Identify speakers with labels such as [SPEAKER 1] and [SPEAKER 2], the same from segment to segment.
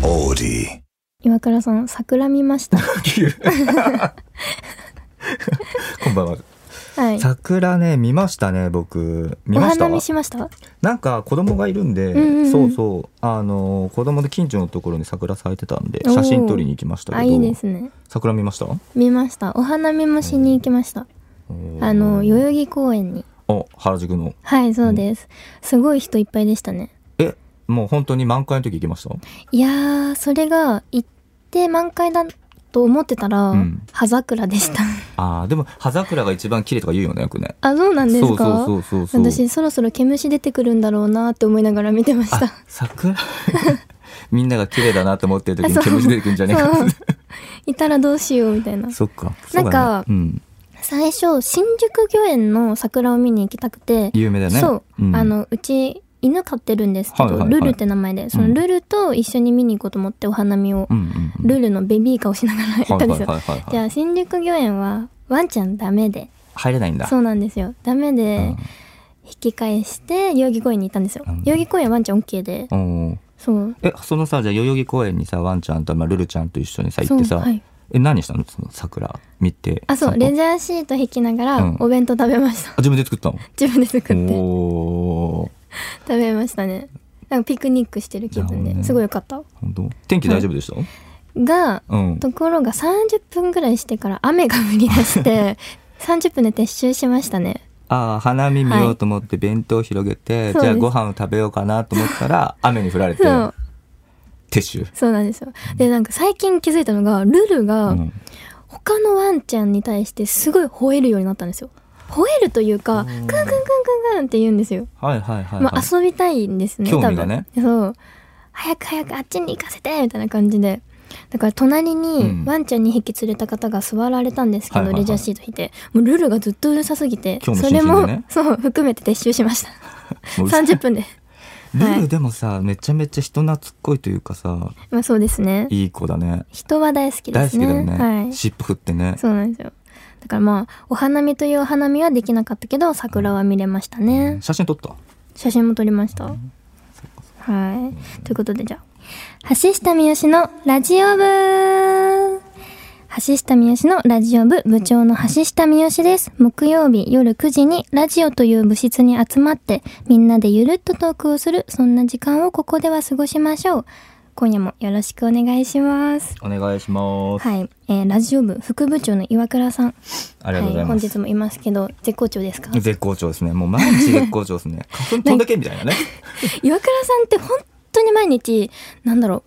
[SPEAKER 1] beauty.
[SPEAKER 2] 岩倉さん、桜見 ました。
[SPEAKER 3] こんばんは。
[SPEAKER 2] はい。
[SPEAKER 3] 桜ね、見ましたね、僕。見
[SPEAKER 2] お
[SPEAKER 3] ました
[SPEAKER 2] 花見しました
[SPEAKER 3] なんか子供がいるんで、
[SPEAKER 2] んうんうん
[SPEAKER 3] そうそう、あの、子供で近所のところに桜咲いてたんで、写真撮りに行きました
[SPEAKER 2] あ、
[SPEAKER 3] けど。
[SPEAKER 2] いいですね。
[SPEAKER 3] 桜見ました
[SPEAKER 2] 見ました。お花見もしに行きました。あの、代々木公園に。
[SPEAKER 3] お原宿の。
[SPEAKER 2] はい、そうです。すごい人いっぱいでしたね。
[SPEAKER 3] え、もう本当に満開の時行きました
[SPEAKER 2] いやー、それが、行って満開だと思ってたら、
[SPEAKER 3] うん
[SPEAKER 2] 葉桜でした。
[SPEAKER 3] ああ、でも葉桜が一番綺麗とか言うよね、よくね。
[SPEAKER 2] あ、そうなんですか
[SPEAKER 3] そうそうそうそうそう。
[SPEAKER 2] 私、そろそろ毛虫出てくるんだろうなって思いながら見てました。
[SPEAKER 3] あ桜 みんなが綺麗だなと思ってる時
[SPEAKER 2] あそ
[SPEAKER 3] に毛
[SPEAKER 2] う
[SPEAKER 3] 虫出てくるんじゃねえか
[SPEAKER 2] そういたらどうしようみたいな。
[SPEAKER 3] そっか
[SPEAKER 2] なんか
[SPEAKER 3] そうだねうん、
[SPEAKER 2] 最初、新宿御苑の桜を見に行きたくて、
[SPEAKER 3] 有名だね
[SPEAKER 2] そう、
[SPEAKER 3] ん
[SPEAKER 2] あの、うち、犬飼ってるんですけど、
[SPEAKER 3] はいはいはい
[SPEAKER 2] ルルって名前で、そのルルと一緒に見に行こうと思ってお花見を、
[SPEAKER 3] うんうんうん
[SPEAKER 2] ルルのベビーカーをしながら行ったんですよ。
[SPEAKER 3] はいはいはい
[SPEAKER 2] じ
[SPEAKER 3] は
[SPEAKER 2] ゃ
[SPEAKER 3] い
[SPEAKER 2] あ、新宿御苑は、ワンちゃんダメで、
[SPEAKER 3] 入れないんだ
[SPEAKER 2] そうなんですよ。ダメで、
[SPEAKER 3] うん
[SPEAKER 2] 引き返して、代々木公園に行ったんですよ。
[SPEAKER 3] うん
[SPEAKER 2] 代々木公園ワンちゃん OK で、
[SPEAKER 3] おー
[SPEAKER 2] そう。
[SPEAKER 3] えそのさじゃあ代々木公園にさワンちゃんと、まあ、ルルちゃんと一緒にさ行
[SPEAKER 2] そ
[SPEAKER 3] っ
[SPEAKER 2] う、
[SPEAKER 3] てさ、
[SPEAKER 2] はい。
[SPEAKER 3] え何したのその桜見て
[SPEAKER 2] あ、そう、
[SPEAKER 3] 散歩
[SPEAKER 2] レジャーシート引きながら、
[SPEAKER 3] うん
[SPEAKER 2] お弁当食べました
[SPEAKER 3] あ。自分で作ったの
[SPEAKER 2] 自分で作って、
[SPEAKER 3] おー
[SPEAKER 2] 食べましたね。なんかピクニックしてる気分
[SPEAKER 3] なるほど
[SPEAKER 2] で、
[SPEAKER 3] ね
[SPEAKER 2] すごい良かった。
[SPEAKER 3] 本当天気大丈夫でした、
[SPEAKER 2] が、
[SPEAKER 3] うん
[SPEAKER 2] ところが30分ぐらいしてから雨が降り出して 30分で撤収しましたね
[SPEAKER 3] ああ花見見ようと思って弁当広げて、
[SPEAKER 2] そうです
[SPEAKER 3] じゃあご飯を食べようかなと思った ら雨に降られて
[SPEAKER 2] そう
[SPEAKER 3] 撤収
[SPEAKER 2] そうなんですよでなんか最近気づいたのがルル
[SPEAKER 3] う
[SPEAKER 2] が
[SPEAKER 3] ん
[SPEAKER 2] 他のワンちゃんに対してすごい吠えるようになったんですよ吠えるというかクンクンクンクンクンって言うんですよ、
[SPEAKER 3] はいはいはい、はい
[SPEAKER 2] まあ、遊びたいんですね
[SPEAKER 3] 興
[SPEAKER 2] 多
[SPEAKER 3] 味
[SPEAKER 2] 分
[SPEAKER 3] がね
[SPEAKER 2] そう早く早くあっちに行かせてみたいな感じでだから隣
[SPEAKER 3] うん
[SPEAKER 2] にワンちゃん2匹連れた方が座られたんですけど、
[SPEAKER 3] はいはいはい
[SPEAKER 2] レジャーシート引いてもうルルがずっとうるさすぎて、
[SPEAKER 3] 興味津
[SPEAKER 2] そ
[SPEAKER 3] 々
[SPEAKER 2] れも、
[SPEAKER 3] でね
[SPEAKER 2] そう含めて撤収しました
[SPEAKER 3] もう
[SPEAKER 2] 30分で。はい
[SPEAKER 3] ルルでもさ、めちゃめちゃ人懐っこいというかさ、
[SPEAKER 2] まあそうですね。
[SPEAKER 3] いい子だね。
[SPEAKER 2] 人は大好きで
[SPEAKER 3] 大好
[SPEAKER 2] す
[SPEAKER 3] きだ
[SPEAKER 2] ね。
[SPEAKER 3] よね。
[SPEAKER 2] はい。
[SPEAKER 3] 尻尾振ってね。
[SPEAKER 2] そうなんですよ。だからまあ、お花見というお花見はできなかったけど、桜は見れましたね。
[SPEAKER 3] 写真撮った
[SPEAKER 2] 写真も撮りました。はい。ということでじゃあ、橋下三好のラジオ部橋下三好のラジオ部部長の橋下三好です。木曜日夜9時にラジオという部室に集まってみんなでゆるっとトークをするそんな時間をここでは過ごしましょう。今夜もよろしくお願いします。
[SPEAKER 3] お願いします。
[SPEAKER 2] はい、えーラジオ部副部長の岩倉さん。
[SPEAKER 3] ありがとうござい
[SPEAKER 2] は
[SPEAKER 3] ま
[SPEAKER 2] い、
[SPEAKER 3] す。
[SPEAKER 2] 本日もいますけど絶好調ですか
[SPEAKER 3] 絶好調ですね。もう毎日絶好調です ね。花粉飛んだけみたいなね。
[SPEAKER 2] 岩倉さんって本当に毎日なんだろ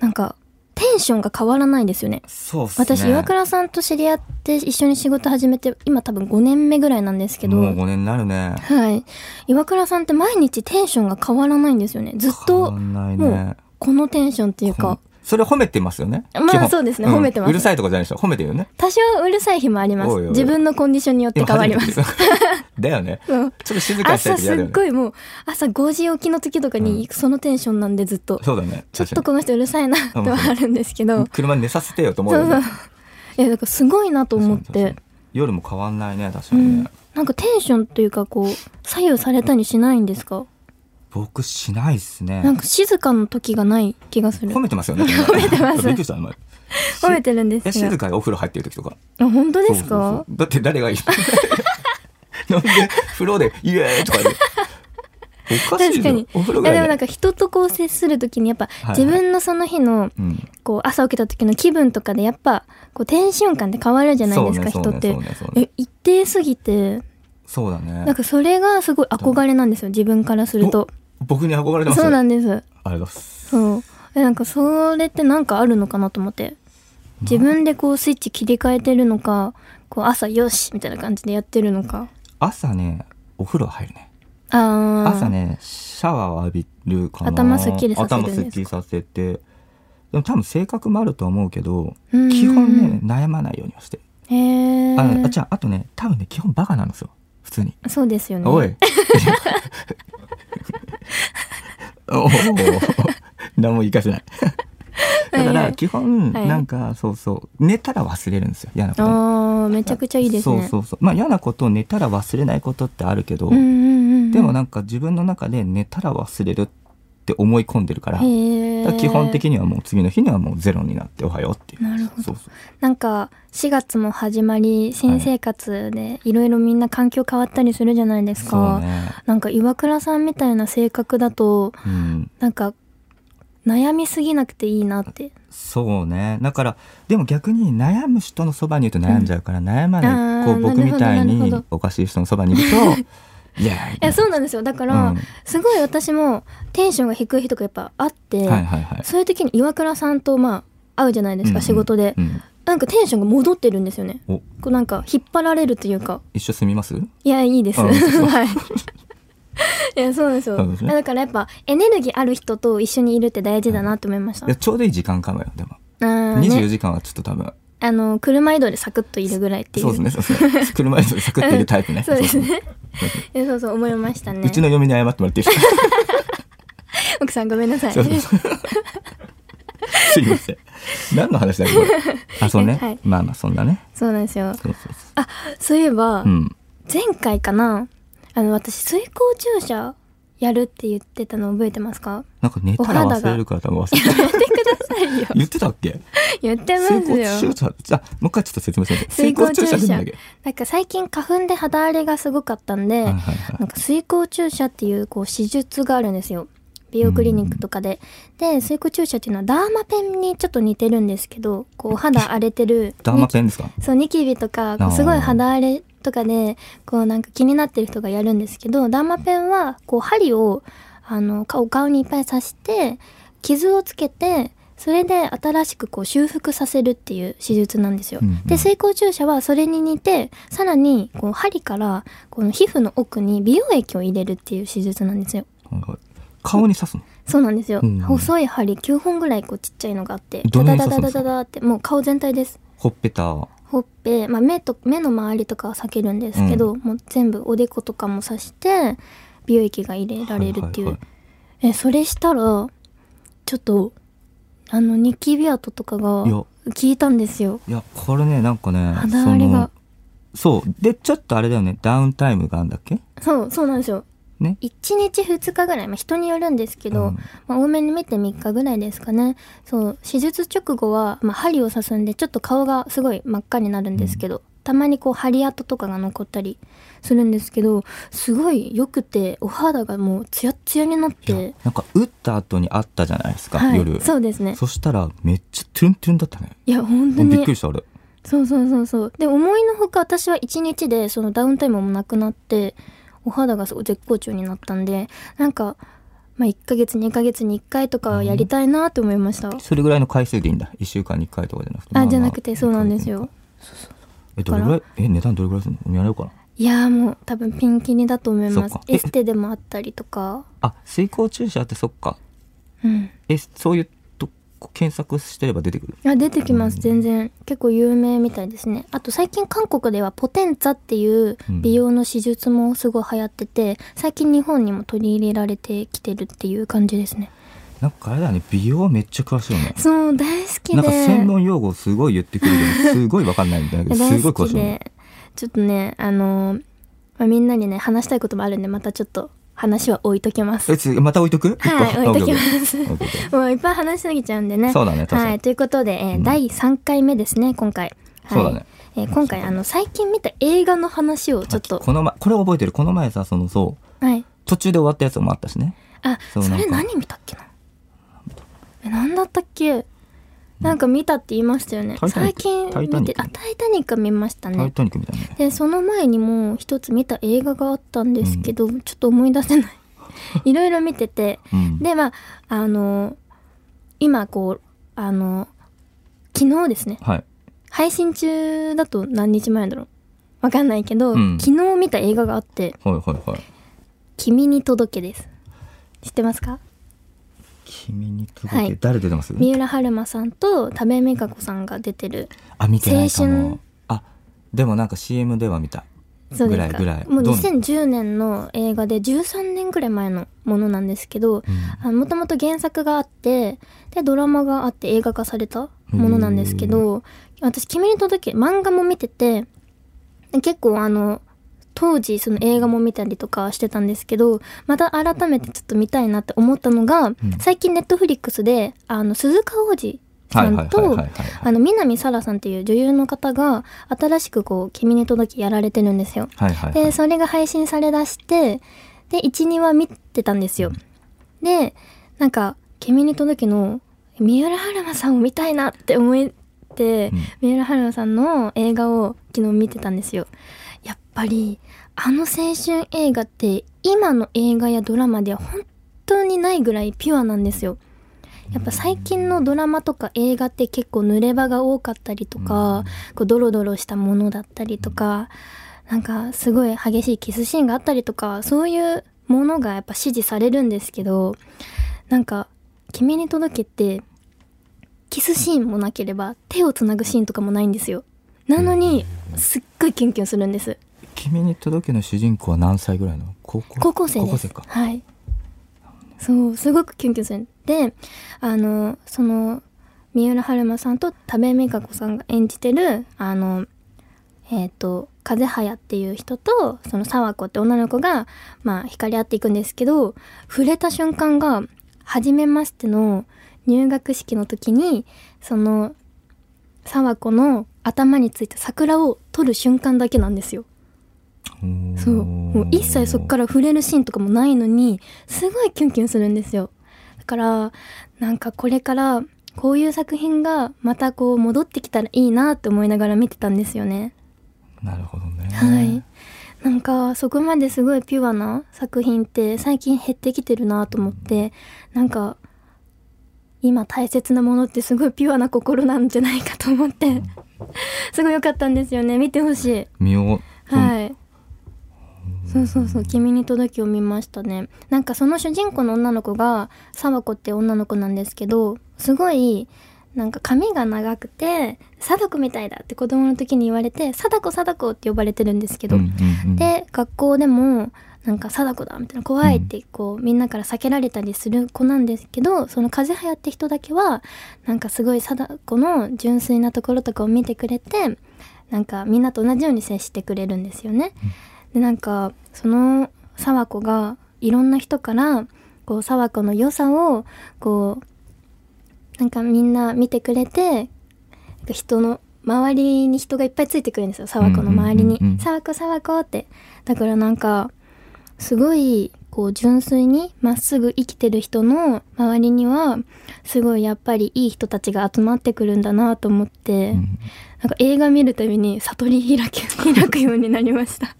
[SPEAKER 2] うなんかテンションが変わらないですよね
[SPEAKER 3] そうっすね。
[SPEAKER 2] 私岩倉さんと知り合って一緒に仕事始めて今多分5年目ぐらいなんですけど
[SPEAKER 3] もう5年になるね。
[SPEAKER 2] はい岩倉さんって毎日テンションが変わらないんですよねずっと
[SPEAKER 3] 変わんないね
[SPEAKER 2] もうこのテンションっていうか
[SPEAKER 3] それ褒めてますよね。
[SPEAKER 2] まあ
[SPEAKER 3] 基本
[SPEAKER 2] そうですね褒めてます
[SPEAKER 3] うるさいとかじゃないでしょ。褒めてるよね。
[SPEAKER 2] 多少うるさい日もあります
[SPEAKER 3] おいおいおい
[SPEAKER 2] 自分のコンディションによって変わります
[SPEAKER 3] 今初めて聞い た。だよね。ち
[SPEAKER 2] う
[SPEAKER 3] ょ
[SPEAKER 2] ん
[SPEAKER 3] っと静かにしたい
[SPEAKER 2] 朝
[SPEAKER 3] と
[SPEAKER 2] す
[SPEAKER 3] 嫌だよ
[SPEAKER 2] っ
[SPEAKER 3] ね。
[SPEAKER 2] ごいもう朝5時起きの時とかにそのテンションなんでずっと、
[SPEAKER 3] そうだね。
[SPEAKER 2] ちょっ
[SPEAKER 3] 確
[SPEAKER 2] と
[SPEAKER 3] か
[SPEAKER 2] この人うるさいなってはあるんですけど、
[SPEAKER 3] に車に寝させてよと思う
[SPEAKER 2] そ
[SPEAKER 3] よ
[SPEAKER 2] う
[SPEAKER 3] ね。
[SPEAKER 2] そう。いや、だからすごいなと思って。
[SPEAKER 3] 夜も変わんないね確か
[SPEAKER 2] う
[SPEAKER 3] にね、
[SPEAKER 2] ん。なんかテンションというかこう、左右されたりしないんですか
[SPEAKER 3] 僕しないっすね
[SPEAKER 2] なんか静かの時がない気がする
[SPEAKER 3] 褒。めてますよ ね褒めてますびっくりした今
[SPEAKER 2] 褒めてるんで
[SPEAKER 3] え
[SPEAKER 2] す
[SPEAKER 3] 静
[SPEAKER 2] が。
[SPEAKER 3] かにお風呂入ってる時とか
[SPEAKER 2] あ、本当で
[SPEAKER 3] そ
[SPEAKER 2] す
[SPEAKER 3] うそう
[SPEAKER 2] か
[SPEAKER 3] そうだって誰がいい なんで風呂でイエーイとか言うおかしい
[SPEAKER 2] 確か
[SPEAKER 3] よ
[SPEAKER 2] に。
[SPEAKER 3] お風呂
[SPEAKER 2] い
[SPEAKER 3] ぐ
[SPEAKER 2] や
[SPEAKER 3] らいで
[SPEAKER 2] でもなんか人とこう接する時にやっぱ
[SPEAKER 3] いはい
[SPEAKER 2] 自分のその日の
[SPEAKER 3] うん
[SPEAKER 2] こう朝起きた時の気分とかでやっぱこうテンション感って変わるじゃないですか
[SPEAKER 3] そ
[SPEAKER 2] 人
[SPEAKER 3] うね
[SPEAKER 2] って
[SPEAKER 3] そうねそうねそうね
[SPEAKER 2] え一定すぎて
[SPEAKER 3] そうだね
[SPEAKER 2] なんかそれがすごい憧れなんですよ自分からすると
[SPEAKER 3] お僕に憧れてます
[SPEAKER 2] そうなんんです
[SPEAKER 3] ありがとうございます
[SPEAKER 2] そう。えなんかそれってなんかあるのかなと思って。自分でこうスイッチ切り替えてるのか、こう朝よしみたいな感じでやってるのか。
[SPEAKER 3] 朝ねお風呂入るね
[SPEAKER 2] あー。
[SPEAKER 3] 朝。ねシャワーを浴びるかな
[SPEAKER 2] 頭すっきりさせるん
[SPEAKER 3] 頭
[SPEAKER 2] です
[SPEAKER 3] す
[SPEAKER 2] か
[SPEAKER 3] っきりさせてでも多分性格もあると思うけど
[SPEAKER 2] うんうん
[SPEAKER 3] 基本ね悩まないようにはしてる
[SPEAKER 2] へえ
[SPEAKER 3] ああ
[SPEAKER 2] ー。
[SPEAKER 3] じゃああとね多分ね基本バカなんですよ普通に、
[SPEAKER 2] そうですよね。
[SPEAKER 3] おいおお何も言い返せないだか
[SPEAKER 2] はいは
[SPEAKER 3] ら
[SPEAKER 2] い
[SPEAKER 3] 基本
[SPEAKER 2] はい
[SPEAKER 3] なんかそうそう寝たら忘れるんですよ嫌な
[SPEAKER 2] あ
[SPEAKER 3] こと
[SPEAKER 2] ー、めちゃくちゃいいですね。
[SPEAKER 3] そうそうそうまあ嫌なことを寝たら忘れないことってあるけど、
[SPEAKER 2] うんうんうんうん。
[SPEAKER 3] でもなんか自分の中で寝たら忘れるっって思い込んでるから
[SPEAKER 2] へー
[SPEAKER 3] だから基本的にはもう次の日にはもうゼロになっておはようっていう
[SPEAKER 2] なるほど
[SPEAKER 3] そうそう
[SPEAKER 2] なんか4月も始まり新生活でいろいろみんな環境変わったりするじゃないですか、
[SPEAKER 3] そうね、
[SPEAKER 2] なんか岩倉さんみたいな性格だと
[SPEAKER 3] うん、
[SPEAKER 2] なんか悩みすぎなくていいなって
[SPEAKER 3] そうねだからでも逆に悩む人のそばにいると悩んじゃうから、悩ま
[SPEAKER 2] あ
[SPEAKER 3] ない
[SPEAKER 2] ー
[SPEAKER 3] こう僕みたい
[SPEAKER 2] なるほどなるほ
[SPEAKER 3] に
[SPEAKER 2] ど
[SPEAKER 3] おかしい人のそばにいる といやい
[SPEAKER 2] い
[SPEAKER 3] や
[SPEAKER 2] やそうなんですよだから、
[SPEAKER 3] うん
[SPEAKER 2] すごい私もテンションが低い日とかやっぱあって、
[SPEAKER 3] はいはいはい
[SPEAKER 2] そういう時に岩倉さんとまあ会うじゃないですか、
[SPEAKER 3] うん
[SPEAKER 2] 仕事で、
[SPEAKER 3] うん
[SPEAKER 2] なんかテンションが戻ってるんですよね
[SPEAKER 3] お
[SPEAKER 2] こうなんか引っ張られるというか
[SPEAKER 3] 一緒住みます
[SPEAKER 2] いやいいです、
[SPEAKER 3] あそうそう
[SPEAKER 2] はいいやそうなんですよ
[SPEAKER 3] そうですね
[SPEAKER 2] だからやっぱエネルギーある人と一緒にいるって大事だなって思いました、
[SPEAKER 3] いやちょうどいい時間かもよでも、
[SPEAKER 2] あー
[SPEAKER 3] 24
[SPEAKER 2] ね、
[SPEAKER 3] 時間はちょっと多分
[SPEAKER 2] あの車移動でサクッといるぐらいっていう
[SPEAKER 3] そうですねそうそう 車椅子でサクッているタイプね
[SPEAKER 2] そうです
[SPEAKER 3] そう
[SPEAKER 2] ねいやそうそう思いましたね
[SPEAKER 3] うちの嫁に謝ってもらっていいですか
[SPEAKER 2] 奥さんごめんなさ い
[SPEAKER 3] そうそうそうすいません何の話だっ けこれあそうね、
[SPEAKER 2] はい
[SPEAKER 3] まあまあそんなね
[SPEAKER 2] そうなんですよ
[SPEAKER 3] そうそうそ
[SPEAKER 2] そういえば、
[SPEAKER 3] ううん
[SPEAKER 2] 前回かなあの私水耕注射やるって言ってたの覚えてますか
[SPEAKER 3] なんか寝たら忘れるから多分忘れ
[SPEAKER 2] や
[SPEAKER 3] た
[SPEAKER 2] めてくださいよ
[SPEAKER 3] 言ってたっけ
[SPEAKER 2] 言って
[SPEAKER 3] 水
[SPEAKER 2] ますよ
[SPEAKER 3] 耕注射じゃあもう一回ちょっと説明してみて
[SPEAKER 2] 水耕注
[SPEAKER 3] 水
[SPEAKER 2] 射
[SPEAKER 3] ってな
[SPEAKER 2] なんん
[SPEAKER 3] だっ
[SPEAKER 2] か最近花粉で肌荒れがすごかったんで、
[SPEAKER 3] けはいはいはい
[SPEAKER 2] なんか水耕注射っていうこう施術があるんですよ美容クリニックとかで、で水耕注射っていうのはダーマペンにちょっと似てるんですけどこうお肌荒れてる
[SPEAKER 3] ダーマペンですか
[SPEAKER 2] そうニキビとかこうすごい肌荒れとかでこうなんか気になってる人がやるんですけどダーマペンはこう針をあのかお顔にいっぱい刺して傷をつけてそれで新しくこう修復させるっていう手術なんですよ。
[SPEAKER 3] うんうん
[SPEAKER 2] で水耕注射はそれに似てさらにこう針からこの皮膚の奥に美容液を入れるっていう手術なんですよ。
[SPEAKER 3] はいはい顔に刺すの
[SPEAKER 2] そうなんですよ、
[SPEAKER 3] うんうん
[SPEAKER 2] 細い針9本ぐらいこうちっちゃいのがあって
[SPEAKER 3] ど
[SPEAKER 2] ダ
[SPEAKER 3] の
[SPEAKER 2] ダ
[SPEAKER 3] 辺刺すんで
[SPEAKER 2] ダダダ
[SPEAKER 3] すか
[SPEAKER 2] ダダってもう顔全体です。
[SPEAKER 3] ほっぺた
[SPEAKER 2] ほっぺ、まあ、目と目の周りとかは避けるんですけど、もう全部おでことかも刺して美容液が入れられるっていう、
[SPEAKER 3] はいは
[SPEAKER 2] えそれしたらちょっとあのニキビ跡とかが
[SPEAKER 3] いや
[SPEAKER 2] 効いたんですよ
[SPEAKER 3] いやこれねなんかね
[SPEAKER 2] 肌荒れが
[SPEAKER 3] そのそうでちょっとあれだよねダウンタイムがあるんだっけ
[SPEAKER 2] そうそうなんですよ
[SPEAKER 3] ね
[SPEAKER 2] 1日2日ぐらい、まあ、人によるんですけ
[SPEAKER 3] う
[SPEAKER 2] ど、
[SPEAKER 3] ん
[SPEAKER 2] まあ、多めに見て3日ぐらいですかねそう手術直後は、まあ、針を刺すんでちょっと顔がすごい真っ赤になるんですけど、たまにこう針跡とかが残ったりするんですけどすごい良くてお肌がもうツヤッツヤになっ
[SPEAKER 3] いや
[SPEAKER 2] て、
[SPEAKER 3] なんか打った後に会ったじゃないですか、
[SPEAKER 2] はい
[SPEAKER 3] 夜
[SPEAKER 2] そうですね
[SPEAKER 3] そしたらめっちゃトゥントゥンだったね
[SPEAKER 2] いや本当
[SPEAKER 3] びっく
[SPEAKER 2] に
[SPEAKER 3] りしたあれ
[SPEAKER 2] そうそうそうそうで思いのほか私は1日でそのダウンタイムもなくなってお肌がすごい絶好調になったんでなんか、まあ、1ヶ月2ヶ月に1回とかはやりたいなって思いました、
[SPEAKER 3] それぐらいの回数でいいんだ1週間に1回とかじゃなくてま
[SPEAKER 2] あ
[SPEAKER 3] ま
[SPEAKER 2] じゃなくてそうなんですよ
[SPEAKER 3] えどれぐらいえ値段どれぐらいするのやれようかない
[SPEAKER 2] やーもう多分ピンキリだと思い
[SPEAKER 3] そ
[SPEAKER 2] ます
[SPEAKER 3] っかえ
[SPEAKER 2] エステでもあったりとか
[SPEAKER 3] あ水耕注射ってそっか
[SPEAKER 2] うん
[SPEAKER 3] えそういうとこ検索してれば出てくる
[SPEAKER 2] あ出てきます全然結構有名みたいですねあと最近韓国ではポテンツァっていう
[SPEAKER 3] うん
[SPEAKER 2] 美容の手術もすごい流行ってて最近日本にも取り入れられてきてるっていう感じですね
[SPEAKER 3] なんかあれだね美容めっちゃ詳しいよね
[SPEAKER 2] そう大好きで
[SPEAKER 3] なんか専門用語をすごい言ってくるけどすごいわかんないみたいなす
[SPEAKER 2] 大
[SPEAKER 3] ごい
[SPEAKER 2] 好
[SPEAKER 3] 詳し
[SPEAKER 2] き
[SPEAKER 3] いよね
[SPEAKER 2] でちょっとねあのーまあ、みんなにね話したいこともあるんでまたちょっと話は置いときます
[SPEAKER 3] えつまた置いとく
[SPEAKER 2] はい
[SPEAKER 3] 一個
[SPEAKER 2] 置いときま
[SPEAKER 3] あ
[SPEAKER 2] す
[SPEAKER 3] OK OK OK
[SPEAKER 2] もういっぱい話しすぎちゃうんでね。
[SPEAKER 3] そうだね確かに
[SPEAKER 2] はい、ということで、えー
[SPEAKER 3] うん
[SPEAKER 2] 第3回目ですね、今回。はい、
[SPEAKER 3] そうだね
[SPEAKER 2] えー今回、あの、最近見た映画の話 をちょっと。
[SPEAKER 3] この前これ覚えてるこの前さそのそう
[SPEAKER 2] はい。
[SPEAKER 3] 途中で終わったやつもあったしね
[SPEAKER 2] あ、
[SPEAKER 3] そ
[SPEAKER 2] そう
[SPEAKER 3] なんか
[SPEAKER 2] れ何見たっけなえ、何だったっけなんか見たって言いましたよね。
[SPEAKER 3] タイタニッ
[SPEAKER 2] 最
[SPEAKER 3] ク
[SPEAKER 2] 近
[SPEAKER 3] タイタ
[SPEAKER 2] 見
[SPEAKER 3] ニ
[SPEAKER 2] て
[SPEAKER 3] ッ、ク
[SPEAKER 2] あ、タイタニック見まし
[SPEAKER 3] タ
[SPEAKER 2] た
[SPEAKER 3] イ
[SPEAKER 2] ね。
[SPEAKER 3] タニックみたいなね
[SPEAKER 2] で、その前にも一つ見た映画があったんですけど、ちょっと思い出せない。いろいろ見てて。
[SPEAKER 3] うん
[SPEAKER 2] でまああの今こうあの昨日ですね
[SPEAKER 3] はい
[SPEAKER 2] 配信中だと何日前だろうわかんないけど、
[SPEAKER 3] うん
[SPEAKER 2] 昨日見た映画があって
[SPEAKER 3] はいはいはい
[SPEAKER 2] 「君に届け」です知ってますか
[SPEAKER 3] 君に届け、
[SPEAKER 2] はい
[SPEAKER 3] 誰出てます
[SPEAKER 2] 三浦春馬さんと多部未華子さんが出てる
[SPEAKER 3] あ見てないか
[SPEAKER 2] 青
[SPEAKER 3] も
[SPEAKER 2] 春
[SPEAKER 3] あでもなんか CM では見た
[SPEAKER 2] そうですか
[SPEAKER 3] ぐらいぐらい
[SPEAKER 2] もう
[SPEAKER 3] どう
[SPEAKER 2] 2010年の映画で13年ぐらい前のものなんですけど、あもともと原作があってでドラマがあって映画化されたものなんですけど私「君に届け」漫画も見ててで結構あの当時その映画も見たりとかしてたんですけどまた改めてちょっと見たいなって思ったのが、最近ネットフリックスであの鈴鹿央士さん
[SPEAKER 3] はいはい
[SPEAKER 2] と
[SPEAKER 3] はいはいはい
[SPEAKER 2] あの南沙羅さんっていう女優の方が新しくこう「君に届き」やられてるんですよ。
[SPEAKER 3] はいはいはい
[SPEAKER 2] でそれが配信されだしてで12話見てたんですよ。でなんか「君に届き」の三浦春馬さんを見たいなって思って、
[SPEAKER 3] うん
[SPEAKER 2] 三浦春馬さんの映画を昨日見てたんですよ。やっぱりあの青春映画って今の映画やドラマでは本当にないぐらいピュアなんですよ。やっぱ最近のドラマとか映画って結構濡れ場が多かったりとか、こうドロドロしたものだったりとか、なんかすごい激しいキスシーンがあったりとか、そういうものがやっぱ支持されるんですけど、なんか、君に届けって、キスシーンもなければ手をつなぐシーンとかもないんですよ。なのに、すっごいキュンキュンするんです。
[SPEAKER 3] 君に届けの主人公は何歳ぐらいの高校
[SPEAKER 2] 高校生です
[SPEAKER 3] 高校生か
[SPEAKER 2] はいそうすごくキュンキュンするであのその三浦春馬さんと多部未華子さんが演じてるあのえっ、と風早っていう人とその沢子って女の子がまあ惹かれ合っていくんですけど触れた瞬間が初めましての入学式の時にその沢子の頭についた桜を取る瞬間だけなんですよ。そうもう一切そっからら触れるシーンとかもないのにすごいキュンキュンするんですよだからなんかこれからこういう作品がまたこう戻ってきたらいいなって思いながら見てたんですよね
[SPEAKER 3] なるほどね
[SPEAKER 2] はいなんかそこまですごいピュアな作品って最近減ってきてるなと思ってなんか今大切なものってすごいピュアな心なんじゃないかと思って すごい良かったんですよね見てほしい
[SPEAKER 3] 見よう、
[SPEAKER 2] はい。そうそうそう「君に届き」を見ましたねなんかその主人公の女の子が沢子って女の子なんですけどすごいなんか髪が長くて「貞子みたいだ」って子供の時に言われて「貞子貞子」って呼ばれてるんですけ
[SPEAKER 3] う
[SPEAKER 2] ど、
[SPEAKER 3] んうんうん
[SPEAKER 2] で学校でもなんか貞子だみたいな怖いってこうみんなから避けられたりする子なんですけどその風早って人だけはなんかすごい貞子の純粋なところとかを見てくれてなんかみんなと同じように接してくれるんですよね。でなんかその沢子がいろんな人からこう沢子の良さをこうなんかみんな見てくれてなんか人の周りに人がいっぱいついてくるんですよ沢子の周りに
[SPEAKER 3] うんうんうんうん
[SPEAKER 2] 「沢子沢子」ってだからなんかすごいこう純粋にまっすぐ生きてる人の周りにはすごいやっぱりいい人たちが集まってくるんだなと思って、
[SPEAKER 3] うん
[SPEAKER 2] なんか映画見るたびに悟り開け開くようになりました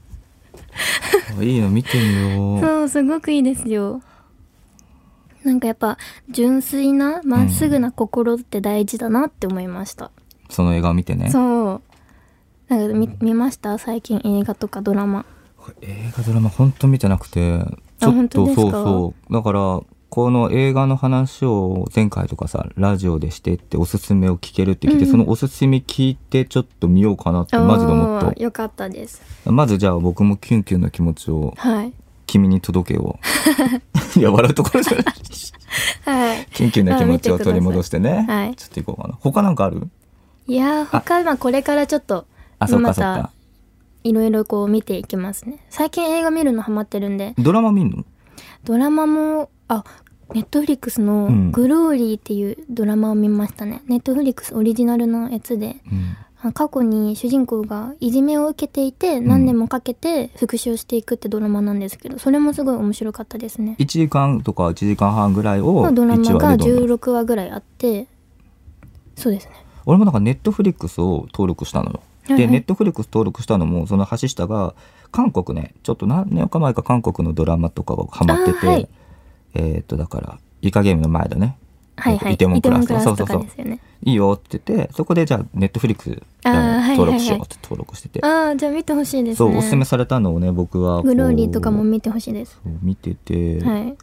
[SPEAKER 3] あいいの見てみよう
[SPEAKER 2] そうすごくいいですよなんかやっぱ純粋なまっすぐな心って大事だなって思いました、
[SPEAKER 3] その映画を見てね
[SPEAKER 2] そうなんか見見ました最近映画とかドラマ
[SPEAKER 3] 映画ドラマ本当見てなくてちょっ
[SPEAKER 2] 本当
[SPEAKER 3] と
[SPEAKER 2] です
[SPEAKER 3] そ
[SPEAKER 2] か
[SPEAKER 3] うそうだからこの映画の話を前回とかさラジオでしてっておすすめを聞けるって聞いて、
[SPEAKER 2] うん
[SPEAKER 3] そのおすすめ聞いてちょっと見ようかなってマジで思
[SPEAKER 2] お
[SPEAKER 3] っ
[SPEAKER 2] ーよかったです
[SPEAKER 3] たまずじゃあ僕もキュンキュンの気持ちを
[SPEAKER 2] はい
[SPEAKER 3] 君に届けを いや笑うところじゃ ない
[SPEAKER 2] はい
[SPEAKER 3] キュンキュンの気持ちを取り戻してね、
[SPEAKER 2] あ見てくださいはい
[SPEAKER 3] ちょっといこうかな他なんかある
[SPEAKER 2] いやー他まあこれからちょっと
[SPEAKER 3] あそっ
[SPEAKER 2] ま
[SPEAKER 3] かそったか
[SPEAKER 2] いろいろこう見ていきますね最近映画見るのハマってるんで
[SPEAKER 3] ドラマ見んの
[SPEAKER 2] ドラマもあネットフリックスの
[SPEAKER 3] うん
[SPEAKER 2] 「グローリー」っていうドラマを見ましたね、ネットフリックスオリジナルのやつで
[SPEAKER 3] うん
[SPEAKER 2] あ過去に主人公がいじめを受けていて何年もかけて復讐していくってドラマなんですけどそれもすごい面白かったですね
[SPEAKER 3] 1時間とか1時間半ぐらいを
[SPEAKER 2] まあドラマ
[SPEAKER 3] 1話で
[SPEAKER 2] が
[SPEAKER 3] どんどん
[SPEAKER 2] 16話ぐらいあってそうですね
[SPEAKER 3] 俺もなんかネットフリックスを登録したのよ。
[SPEAKER 2] はい
[SPEAKER 3] で、
[SPEAKER 2] はい
[SPEAKER 3] ネットフリックス登録したのも、その橋下が、韓国ね、ちょっと何年か前か韓国のドラマとかがハマってて、
[SPEAKER 2] あーはい
[SPEAKER 3] えーっと、だから、イカゲームの前だね。
[SPEAKER 2] はいはい
[SPEAKER 3] イテモンクラス
[SPEAKER 2] イテモンと
[SPEAKER 3] そ
[SPEAKER 2] か
[SPEAKER 3] うそう
[SPEAKER 2] で
[SPEAKER 3] そう
[SPEAKER 2] すよね
[SPEAKER 3] いいよって言って、そこでじゃあ、ネットフリックス
[SPEAKER 2] あーはい
[SPEAKER 3] 登録しよ
[SPEAKER 2] はいうは
[SPEAKER 3] って登録してて、
[SPEAKER 2] ああじゃあ見てほしいです
[SPEAKER 3] そ
[SPEAKER 2] ね
[SPEAKER 3] う、おすすめされたのをね、僕はこう。
[SPEAKER 2] グローリーとかも見てほしいです
[SPEAKER 3] そう見てて、
[SPEAKER 2] はい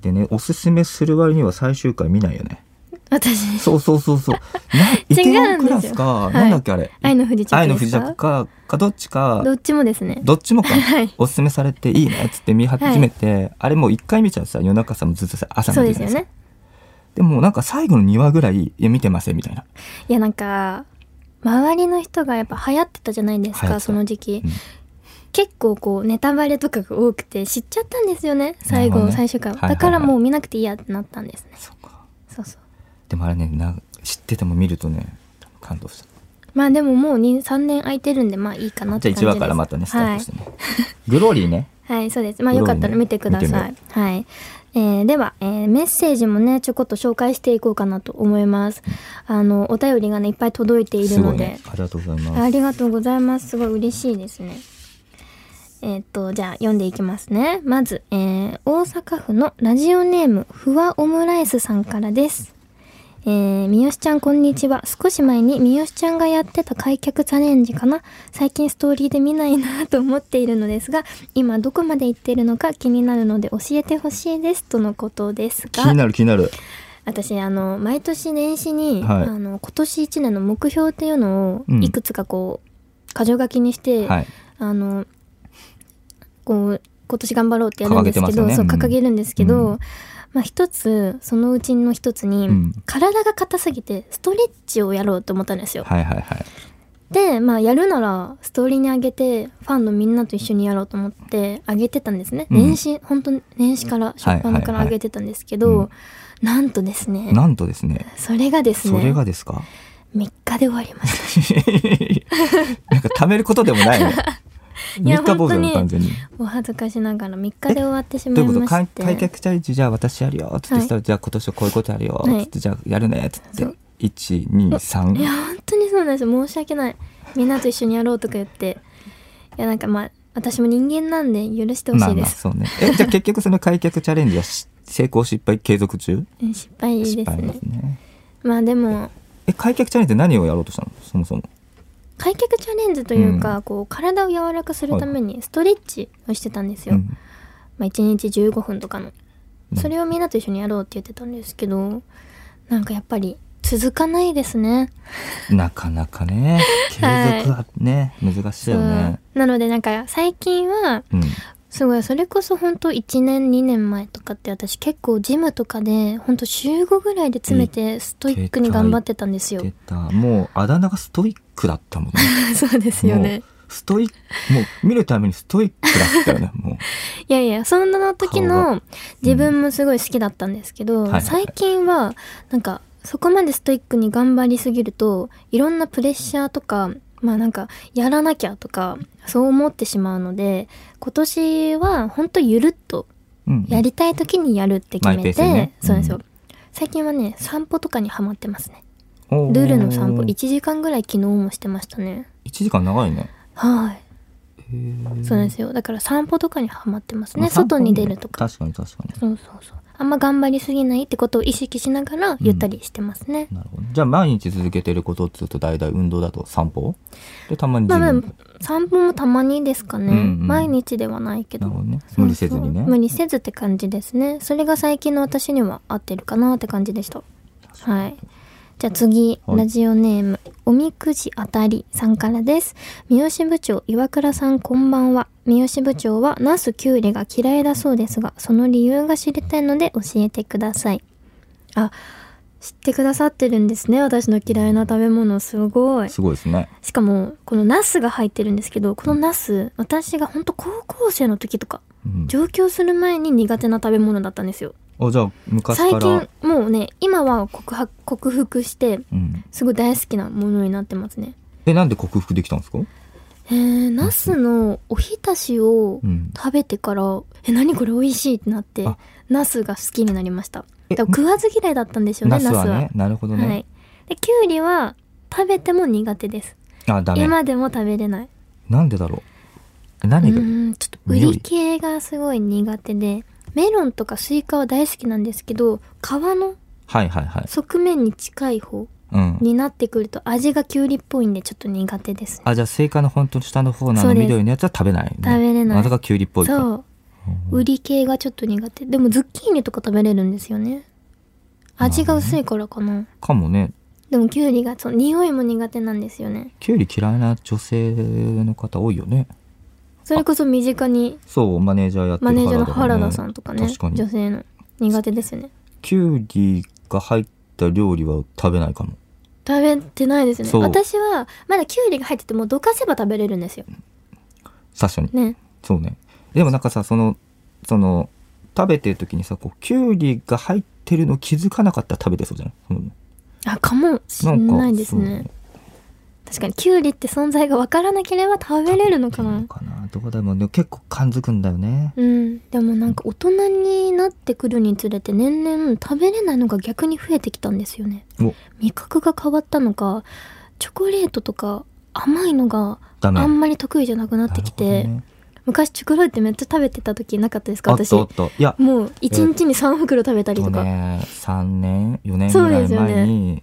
[SPEAKER 3] でね、おすすめする割には最終回見ないよね。
[SPEAKER 2] 私
[SPEAKER 3] そうそうそうそう。なイテモンクラスか、
[SPEAKER 2] 違うんですよはい
[SPEAKER 3] なんだっけあれ。
[SPEAKER 2] 愛の不時着ですか
[SPEAKER 3] 愛の不時着か、かどっちか、
[SPEAKER 2] どっちもですね
[SPEAKER 3] どっちもか、
[SPEAKER 2] はい
[SPEAKER 3] おすすめされていいねっつって見始めて、あれもう一回見ちゃうとさ夜中さもうずっとさ朝
[SPEAKER 2] そ
[SPEAKER 3] ま
[SPEAKER 2] う
[SPEAKER 3] で
[SPEAKER 2] で
[SPEAKER 3] じ
[SPEAKER 2] す
[SPEAKER 3] ゃないで
[SPEAKER 2] よ
[SPEAKER 3] すか
[SPEAKER 2] ね
[SPEAKER 3] でもなんか最後の2話ぐらい「いや見てません」みたいな、
[SPEAKER 2] いやなんか周りの人がやっぱ流行ってたじゃないです
[SPEAKER 3] 流行って
[SPEAKER 2] か
[SPEAKER 3] た
[SPEAKER 2] その時期、
[SPEAKER 3] うん
[SPEAKER 2] 結構こうネタバレとかが多くて知っちゃったんですよね最
[SPEAKER 3] なる
[SPEAKER 2] 後、
[SPEAKER 3] ほどね
[SPEAKER 2] 最終回、
[SPEAKER 3] はいはいはい
[SPEAKER 2] だからもう見なくていいやってなったんですね
[SPEAKER 3] そうか
[SPEAKER 2] そうそう
[SPEAKER 3] でもあれねな知ってても見るとね多分感動した
[SPEAKER 2] まあでももう3年空いてるんでまあいいかなっ
[SPEAKER 3] じ
[SPEAKER 2] て
[SPEAKER 3] ゃあ1
[SPEAKER 2] 感じです
[SPEAKER 3] 話からまたねスタートしてね、グローリーね
[SPEAKER 2] はい、はい、そうですまあ
[SPEAKER 3] グロ
[SPEAKER 2] よ
[SPEAKER 3] ーリー
[SPEAKER 2] かったら見てくだ
[SPEAKER 3] 見てみ
[SPEAKER 2] さい、はい、えーでは、えーメッセージもねちょこっと紹介していこうかなと思いますあのお便りがねいっぱい届いて いる
[SPEAKER 3] すご
[SPEAKER 2] の
[SPEAKER 3] い
[SPEAKER 2] で、
[SPEAKER 3] ねありがとうございます
[SPEAKER 2] ありがとうございます。すごい嬉しいですね。えーっと、じゃあ読んでいきますね。まず、えー大阪府のラジオネーム、ふわオムライスさんからです。えー、みよしちゃんこんにちは。少し前にみよしちゃんがやってた開脚チャレンジかな。最近ストーリーで見ないなと思っているのですが、今どこまで行ってるのか気になるので教えてほしいです。とのことです
[SPEAKER 3] 気に
[SPEAKER 2] が、
[SPEAKER 3] なる気になる
[SPEAKER 2] 私、あの、毎年年始に、
[SPEAKER 3] はい
[SPEAKER 2] あの、今年1年の目標っていうの
[SPEAKER 3] う
[SPEAKER 2] を、
[SPEAKER 3] ん
[SPEAKER 2] いくつかこう、箇条書きにして、
[SPEAKER 3] はい
[SPEAKER 2] あのこう今年頑張ろうってやるんですけ
[SPEAKER 3] 掲げて
[SPEAKER 2] ど
[SPEAKER 3] ます
[SPEAKER 2] そう
[SPEAKER 3] よねうん
[SPEAKER 2] 掲げるんですけど、
[SPEAKER 3] うん
[SPEAKER 2] まあ、一つそのうちの一つに、
[SPEAKER 3] うん
[SPEAKER 2] 体が硬すぎてストレッチをやろうと思ったんですよ。
[SPEAKER 3] はいはいはい
[SPEAKER 2] で、まあ、やるならストーリーにあげてファンのみんなと一緒にやろうと思ってあげてたんですね、
[SPEAKER 3] うん
[SPEAKER 2] 年始本当に年始から初っ
[SPEAKER 3] はいは
[SPEAKER 2] 端
[SPEAKER 3] い
[SPEAKER 2] か
[SPEAKER 3] は
[SPEAKER 2] ら
[SPEAKER 3] い
[SPEAKER 2] あげてたんですけど、
[SPEAKER 3] うん
[SPEAKER 2] なんとですね
[SPEAKER 3] なんとですね
[SPEAKER 2] それがです
[SPEAKER 3] そ
[SPEAKER 2] ね
[SPEAKER 3] れが
[SPEAKER 2] 3
[SPEAKER 3] ですか
[SPEAKER 2] 日で終わりました
[SPEAKER 3] なんか貯めることでもないね
[SPEAKER 2] いや
[SPEAKER 3] 三日坊主だね完全に
[SPEAKER 2] お恥ずかしながら3日で終わってしま
[SPEAKER 3] ど
[SPEAKER 2] いう
[SPEAKER 3] い
[SPEAKER 2] ま
[SPEAKER 3] うこと
[SPEAKER 2] し
[SPEAKER 3] 開
[SPEAKER 2] て
[SPEAKER 3] 開脚チャレンジじゃあ私やるよっつってしたら、じゃあ今年はこういうことやるよっつって、
[SPEAKER 2] はい
[SPEAKER 3] じゃあやるねっつって
[SPEAKER 2] そういや
[SPEAKER 3] 123
[SPEAKER 2] 本当にそうなんですよ申し訳ないみんなと一緒にやろうとか言っていやなんかまあ私も人間なんで許してほ
[SPEAKER 3] ま
[SPEAKER 2] し
[SPEAKER 3] あ
[SPEAKER 2] い
[SPEAKER 3] ま
[SPEAKER 2] で
[SPEAKER 3] あ
[SPEAKER 2] す、
[SPEAKER 3] そうねえじゃあ結局その開脚チャレンジは し成功失敗継続中
[SPEAKER 2] うん失敗です
[SPEAKER 3] 失敗で
[SPEAKER 2] ね
[SPEAKER 3] すね
[SPEAKER 2] まあでも
[SPEAKER 3] え開脚チャレンジって何をやろうとしたのそもそも
[SPEAKER 2] 開脚チャレンジというか、
[SPEAKER 3] う
[SPEAKER 2] こう体を柔らかするためにストレッチをしてたんですよ、
[SPEAKER 3] うん
[SPEAKER 2] まあ、1日15分とかの
[SPEAKER 3] うん
[SPEAKER 2] それをみんなと一緒にやろうって言ってたんですけどなんかやっぱり続かないですね
[SPEAKER 3] なかなかね継続はね、難しいよね
[SPEAKER 2] うんなのでなんか最近は
[SPEAKER 3] うん
[SPEAKER 2] すごいそれこそ本当1年2年前とかって私結構ジムとかで本当週5ぐらいで詰めてストイックに頑張ってたんですよ
[SPEAKER 3] 出。たもうあだ名がストイックだったもんね
[SPEAKER 2] そうですよね
[SPEAKER 3] も。うストイックもう見るためにストイックだったよねもう
[SPEAKER 2] いやいやそんな時
[SPEAKER 3] 顔
[SPEAKER 2] の自分もすごい好きだったんですけど、
[SPEAKER 3] はいはい
[SPEAKER 2] 最近はなんかそこまでストイックに頑張りすぎるといろんなプレッシャーとかまあなんかやらなきゃとかそう思ってしまうので今年は本当ゆるっと
[SPEAKER 3] うん
[SPEAKER 2] やりたい時にやるって決
[SPEAKER 3] マイ
[SPEAKER 2] め
[SPEAKER 3] ペース
[SPEAKER 2] て、
[SPEAKER 3] にね
[SPEAKER 2] そうなんですよ、
[SPEAKER 3] うん
[SPEAKER 2] 最近はね散歩とかにハマってますね
[SPEAKER 3] おー
[SPEAKER 2] ルールの散歩1
[SPEAKER 3] 一
[SPEAKER 2] 時間ぐらい昨日もしてましたね
[SPEAKER 3] 時間長いね
[SPEAKER 2] はい
[SPEAKER 3] へー
[SPEAKER 2] そうなんですよだから散歩とかにハマってます
[SPEAKER 3] ま
[SPEAKER 2] ね
[SPEAKER 3] あ散歩
[SPEAKER 2] 外に出るとか
[SPEAKER 3] 確かに確か
[SPEAKER 2] そうそうそうあんま頑張りすぎないってことを意識しながらゆったりしてますね、
[SPEAKER 3] になるほどじゃあ毎日続けてることっつうと大体運動だと散歩でたまに
[SPEAKER 2] ま
[SPEAKER 3] ジ
[SPEAKER 2] あまあ
[SPEAKER 3] ム
[SPEAKER 2] 散歩もたまにですかね、
[SPEAKER 3] うんうん
[SPEAKER 2] 毎日ではないけ
[SPEAKER 3] な
[SPEAKER 2] ど
[SPEAKER 3] るほどね
[SPEAKER 2] そうそう
[SPEAKER 3] 無理せずにね
[SPEAKER 2] 無理せずって感じですねそれが最近の私には合ってるかなって感じでしたはいじゃあ次、
[SPEAKER 3] はい
[SPEAKER 2] ラジオネームおみくじあたりさんからです三好部長岩倉さんこんばんは三好部長はナスキュウリが嫌いだそうですがその理由が知りたいので教えてくださいあ知ってくださってるんですね私の嫌いな食べ物すごい
[SPEAKER 3] すごいですね
[SPEAKER 2] しかもこのナスが入ってるんですけどこのナス私が本当高校生の時とか
[SPEAKER 3] うん
[SPEAKER 2] 上京する前に苦手な食べ物だったんですよ
[SPEAKER 3] あじゃあ昔
[SPEAKER 2] 最
[SPEAKER 3] から
[SPEAKER 2] 近もうね今は克服克服して
[SPEAKER 3] うん
[SPEAKER 2] すごい大好きなものになってますね
[SPEAKER 3] えなんで克服できたんですか
[SPEAKER 2] えー、ナスのおひたしを
[SPEAKER 3] うん
[SPEAKER 2] 食べてから、え何これ美味しいってなって
[SPEAKER 3] あ
[SPEAKER 2] ナスが好きになりました
[SPEAKER 3] え
[SPEAKER 2] だから食わず嫌いだったんですよね
[SPEAKER 3] ナス
[SPEAKER 2] ナスは
[SPEAKER 3] はねなるほど
[SPEAKER 2] は
[SPEAKER 3] ね
[SPEAKER 2] いできゅうりは食べても苦手です
[SPEAKER 3] あダメ
[SPEAKER 2] 今でも食べれない
[SPEAKER 3] なんでだろう
[SPEAKER 2] う
[SPEAKER 3] 何が
[SPEAKER 2] ーんちょっと売り系がすごい苦手でメロンとかスイカは大好きなんですけど皮の
[SPEAKER 3] はいはいはい
[SPEAKER 2] 側面に近い方
[SPEAKER 3] うん
[SPEAKER 2] になってくると味がきゅうりっぽいんでちょっと苦手ですね
[SPEAKER 3] あじゃあスイカの本当に下の方のあ
[SPEAKER 2] そ
[SPEAKER 3] の
[SPEAKER 2] うです
[SPEAKER 3] 緑のやつは食べないね
[SPEAKER 2] 食べれない
[SPEAKER 3] あれがキュウリっぽいか
[SPEAKER 2] そう
[SPEAKER 3] うん
[SPEAKER 2] 売り系がちょっと苦手でもズッキーニとか食べれるんですよね味が薄いからかな
[SPEAKER 3] かもね
[SPEAKER 2] でもきゅうりがそう匂いも苦手なんですよね
[SPEAKER 3] キュウリ嫌いな女性の方多いよね
[SPEAKER 2] それこそ身近に
[SPEAKER 3] そうマネージャーやってる
[SPEAKER 2] マネージャーの
[SPEAKER 3] とかね
[SPEAKER 2] 原田さんとかね
[SPEAKER 3] 確か
[SPEAKER 2] 女
[SPEAKER 3] に
[SPEAKER 2] 性の苦手ですよね
[SPEAKER 3] キュウリが入った料理は食べないかも
[SPEAKER 2] 食べてないですね
[SPEAKER 3] そう
[SPEAKER 2] 私はまだきゅうりが入っててもどかせば食べれるんですよ
[SPEAKER 3] 最初に、
[SPEAKER 2] ね。
[SPEAKER 3] そうねでもなんかさそのその食べてる時にさこうきゅうりが入ってるの気づかなかったら食べてそうじゃないその
[SPEAKER 2] あ、かもし
[SPEAKER 3] なんんか
[SPEAKER 2] ないですね。確かに、キュウリって存在がわからなければ食べれるのかな。
[SPEAKER 3] かなどこでもでも結構感づくんだよね
[SPEAKER 2] うん。でもなんか大人になってくるにつれて年々食べれないのが逆に増えてきたんですよね。
[SPEAKER 3] お
[SPEAKER 2] 味覚が変わったのか、チョコレートとか甘いのが
[SPEAKER 3] ダメ
[SPEAKER 2] あんまり得意じゃなくなってきて、
[SPEAKER 3] なるほどね
[SPEAKER 2] 昔チョコレートめっちゃ食べてた時なかったですか
[SPEAKER 3] あっ
[SPEAKER 2] 私
[SPEAKER 3] とあっといや
[SPEAKER 2] もう一日に3袋食べたり
[SPEAKER 3] と
[SPEAKER 2] とか、
[SPEAKER 3] ね3年4年
[SPEAKER 2] そう
[SPEAKER 3] ぐら
[SPEAKER 2] で
[SPEAKER 3] い
[SPEAKER 2] すよね
[SPEAKER 3] 前に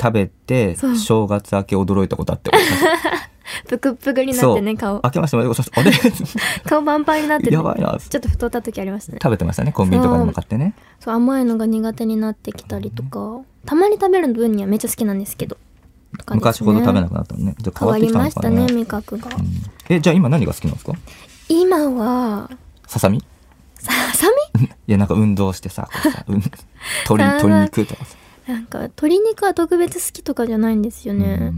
[SPEAKER 3] 食べて
[SPEAKER 2] そう
[SPEAKER 3] 正月明け驚いたことあって
[SPEAKER 2] ぷくぷくになってね顔
[SPEAKER 3] 明けましておめでとうございます
[SPEAKER 2] 顔パンパンになっ
[SPEAKER 3] あ
[SPEAKER 2] て、
[SPEAKER 3] れ
[SPEAKER 2] ね、
[SPEAKER 3] やばいな
[SPEAKER 2] ちょっと太った時ありましたね
[SPEAKER 3] 食べてましたねコンビニとかに向かってね
[SPEAKER 2] そう甘いのが苦手になってきたりとかたまに食べる分にはめっちゃ好きなんですけどとかです
[SPEAKER 3] 昔
[SPEAKER 2] ね
[SPEAKER 3] ほど食べなくなったのねじゃあ変
[SPEAKER 2] 変わ
[SPEAKER 3] わって
[SPEAKER 2] り
[SPEAKER 3] きた
[SPEAKER 2] ま
[SPEAKER 3] の
[SPEAKER 2] し
[SPEAKER 3] か
[SPEAKER 2] た
[SPEAKER 3] な
[SPEAKER 2] ね味覚が、
[SPEAKER 3] うんえじゃあ今何が好きなんですか
[SPEAKER 2] 今は
[SPEAKER 3] ささみい
[SPEAKER 2] ささみ
[SPEAKER 3] やなんか運動してさこう さうん鶏
[SPEAKER 2] さ
[SPEAKER 3] 鶏肉とかさ、
[SPEAKER 2] なんか鶏肉は特別好きとかじゃないんですよね、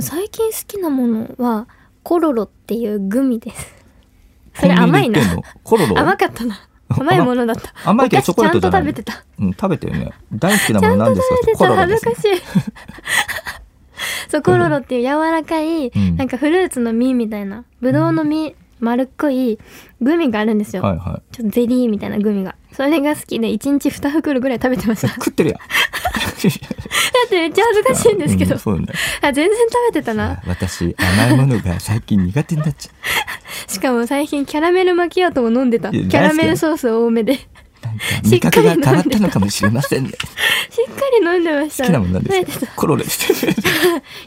[SPEAKER 2] 最近好きなものはコロロっていうグミですそれ甘い
[SPEAKER 3] コンビニ
[SPEAKER 2] な
[SPEAKER 3] で売ってんのコロロ
[SPEAKER 2] 甘かったな甘いものだった
[SPEAKER 3] 甘いけどチョコレート
[SPEAKER 2] お
[SPEAKER 3] じゃ
[SPEAKER 2] 菓子
[SPEAKER 3] ない
[SPEAKER 2] ちゃんと食べてた
[SPEAKER 3] うん、食べてるね大好きな
[SPEAKER 2] ち
[SPEAKER 3] も
[SPEAKER 2] ゃ
[SPEAKER 3] の
[SPEAKER 2] ん
[SPEAKER 3] なん
[SPEAKER 2] と
[SPEAKER 3] です
[SPEAKER 2] 食べ
[SPEAKER 3] か
[SPEAKER 2] てた恥ず
[SPEAKER 3] ね
[SPEAKER 2] かしいそうコロロっていう柔らかい、
[SPEAKER 3] うん
[SPEAKER 2] なんかフルーツの実みたいなぶどうの実丸っこいグミがあるんですよ、
[SPEAKER 3] はいは
[SPEAKER 2] ちょっとゼリーみたいなグミがそれが好きで1日2袋ぐらい食べてま
[SPEAKER 3] い
[SPEAKER 2] した だ
[SPEAKER 3] 食ってるやん
[SPEAKER 2] ってめっちゃ恥ずかしいんですけど、
[SPEAKER 3] うそうなんだ
[SPEAKER 2] あ全然食べてたな
[SPEAKER 3] 私甘いものが最近苦手になっちゃ
[SPEAKER 2] しかも最近キャラメルマキアートも飲んでた
[SPEAKER 3] い
[SPEAKER 2] キ
[SPEAKER 3] や
[SPEAKER 2] ャラメルソース多めで
[SPEAKER 3] うなんか
[SPEAKER 2] ししっ
[SPEAKER 3] 味
[SPEAKER 2] か
[SPEAKER 3] 覚
[SPEAKER 2] り飲
[SPEAKER 3] が
[SPEAKER 2] ん
[SPEAKER 3] 変
[SPEAKER 2] でた
[SPEAKER 3] わったのかもしれませ んね
[SPEAKER 2] っかり飲んでました
[SPEAKER 3] 好きなものなん です
[SPEAKER 2] 食べて
[SPEAKER 3] かコロレですね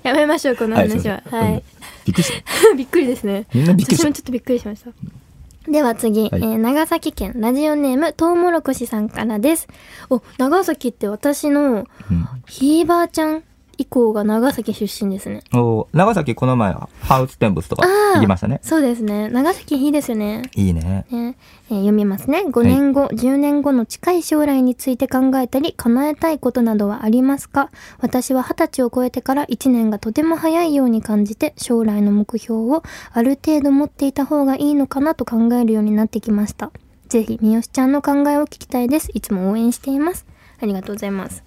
[SPEAKER 2] たやめましょうこの
[SPEAKER 3] いす
[SPEAKER 2] 話
[SPEAKER 3] い
[SPEAKER 2] は
[SPEAKER 3] ません
[SPEAKER 2] は
[SPEAKER 3] うん
[SPEAKER 2] い、
[SPEAKER 3] びっくりした
[SPEAKER 2] びっくりですね
[SPEAKER 3] みんなびっくりし
[SPEAKER 2] 私
[SPEAKER 3] た
[SPEAKER 2] もちょっとびっくりしましたでは次、えー長崎県ラジオネームとうもろこしさんからですお長崎って私の
[SPEAKER 3] うん
[SPEAKER 2] ひいばあちゃん以降が長崎出身ですね
[SPEAKER 3] お長崎この前はハウステンボスとか
[SPEAKER 2] あー
[SPEAKER 3] 行きましたね
[SPEAKER 2] そうですね長崎いいですよね
[SPEAKER 3] いいね
[SPEAKER 2] ねえー読みますね5年後、10年後の近い将来について考えたり叶えたいことなどはありますか私は20歳を超えてから1年がとても早いように感じて将来の目標をある程度持っていた方がいいのかなと考えるようになってきましたぜひ三好ちゃんの考えを聞きたいですいつも応援していますありがとうございます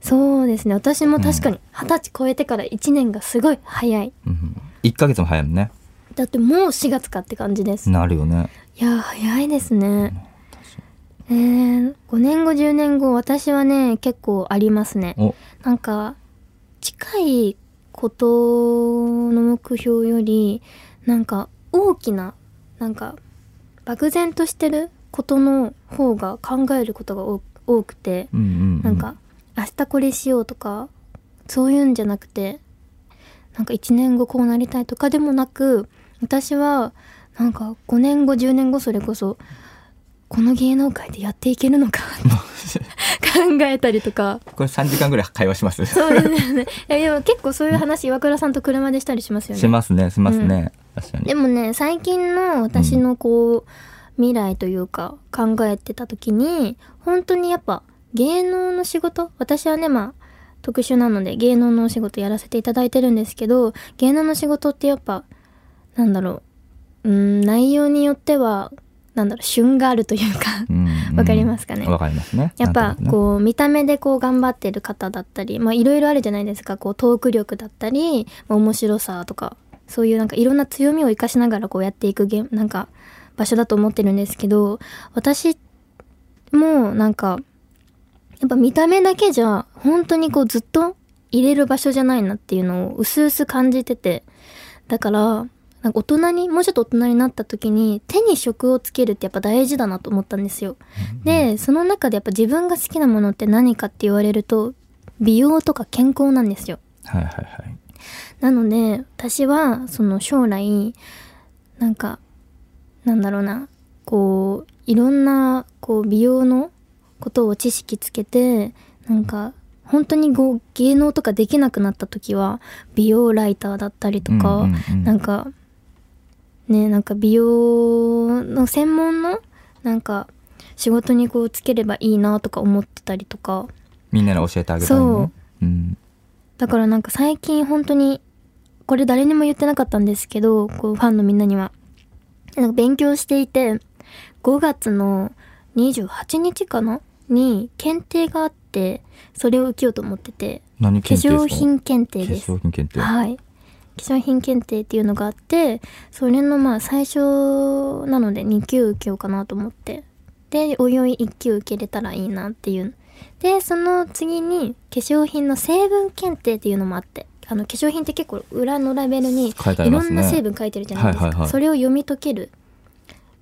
[SPEAKER 2] そうですね私も確かに20歳超えてから1年がすごい早い
[SPEAKER 3] うん1ヶ月も早いもんね
[SPEAKER 2] だってもう4月かって感じです
[SPEAKER 3] なるよね
[SPEAKER 2] いやー早いですね。えー、5年後10年後私はね結構ありますね。
[SPEAKER 3] お
[SPEAKER 2] なんか近いことの目標よりなんか大きななんか漠然としてることの方が考えることが多多くて。
[SPEAKER 3] うんうん
[SPEAKER 2] なんか明日これしようとかそういうんじゃなくてなんか1年後こうなりたいとかでもなく私はなんか5年後10年後それこそこの芸能界でやっていけ るのか考えたりとか
[SPEAKER 3] これ3時間ぐらい会話します
[SPEAKER 2] そうですねいやでも結構そういう話岩倉さんと車でしたりしますよ
[SPEAKER 3] し
[SPEAKER 2] ね
[SPEAKER 3] ますねしますね、確かに
[SPEAKER 2] でもね最近の私のこう、未来というか考えてた時に本当にやっぱ芸能の仕事私はねまあ特殊なので芸能のお仕事やらせていただいてるんですけど芸能の仕事ってやっぱなんだろううーん内容によってはなんだろう旬があるというか
[SPEAKER 3] うんうん
[SPEAKER 2] わかりますかね
[SPEAKER 3] わかりますね
[SPEAKER 2] やっ
[SPEAKER 3] な
[SPEAKER 2] ぱ
[SPEAKER 3] んとなくね
[SPEAKER 2] こう見た目でこう頑張ってる方だったりまあいろいろあるじゃないですかこうトーク力だったりまあ面白さとかそういうなんかいろんな強みを生かしながらこうやっていくゲームなんか場所だと思ってるんですけど私もなんかやっぱ見た目だけじゃ本当にこうずっと入れる場所じゃないなっていうのを薄々感じててだからなんか大人にもうちょっと大人になった時に手に職をつけるってやっぱ大事だなと思ったんですよ。でその中でやっぱ自分が好きなものって何かって言われると美容とか健康なんですよ。
[SPEAKER 3] はいはいはい
[SPEAKER 2] なので私はその将来なんかなんだろうなこういろんなこう美容のことを知識つけてなんか本当にこう芸能とかできなくなった時は美容ライターだったりとか、
[SPEAKER 3] うんうんうん
[SPEAKER 2] なんかねなんか美容の専門のなんか仕事にこうつければいいなとか思ってたりとか
[SPEAKER 3] みんなに教えてあげたいね
[SPEAKER 2] そう
[SPEAKER 3] うん
[SPEAKER 2] だからなんか最近本当にこれ誰にも言ってなかったんですけどこうファンのみんなにはなんか勉強していて、5月の28日かなに検定があって、それを受けようと思ってて、
[SPEAKER 3] 何
[SPEAKER 2] 化
[SPEAKER 3] 検定ですか
[SPEAKER 2] 粧品検定です
[SPEAKER 3] 化。粧品検定。
[SPEAKER 2] はい。化粧品検定っていうのがあって、それのまあ最初なので2級受けようかなと思って。で、おいおい1級受けれたらいいなっていう。で、その次に化粧品の成分検定っていうのもあって。あの化粧品って結構裏のラベルにい
[SPEAKER 3] 書いてありま
[SPEAKER 2] ろ
[SPEAKER 3] す
[SPEAKER 2] ん
[SPEAKER 3] ね
[SPEAKER 2] な成分書いてるじゃないですか。
[SPEAKER 3] はいはいはい
[SPEAKER 2] それを読み解ける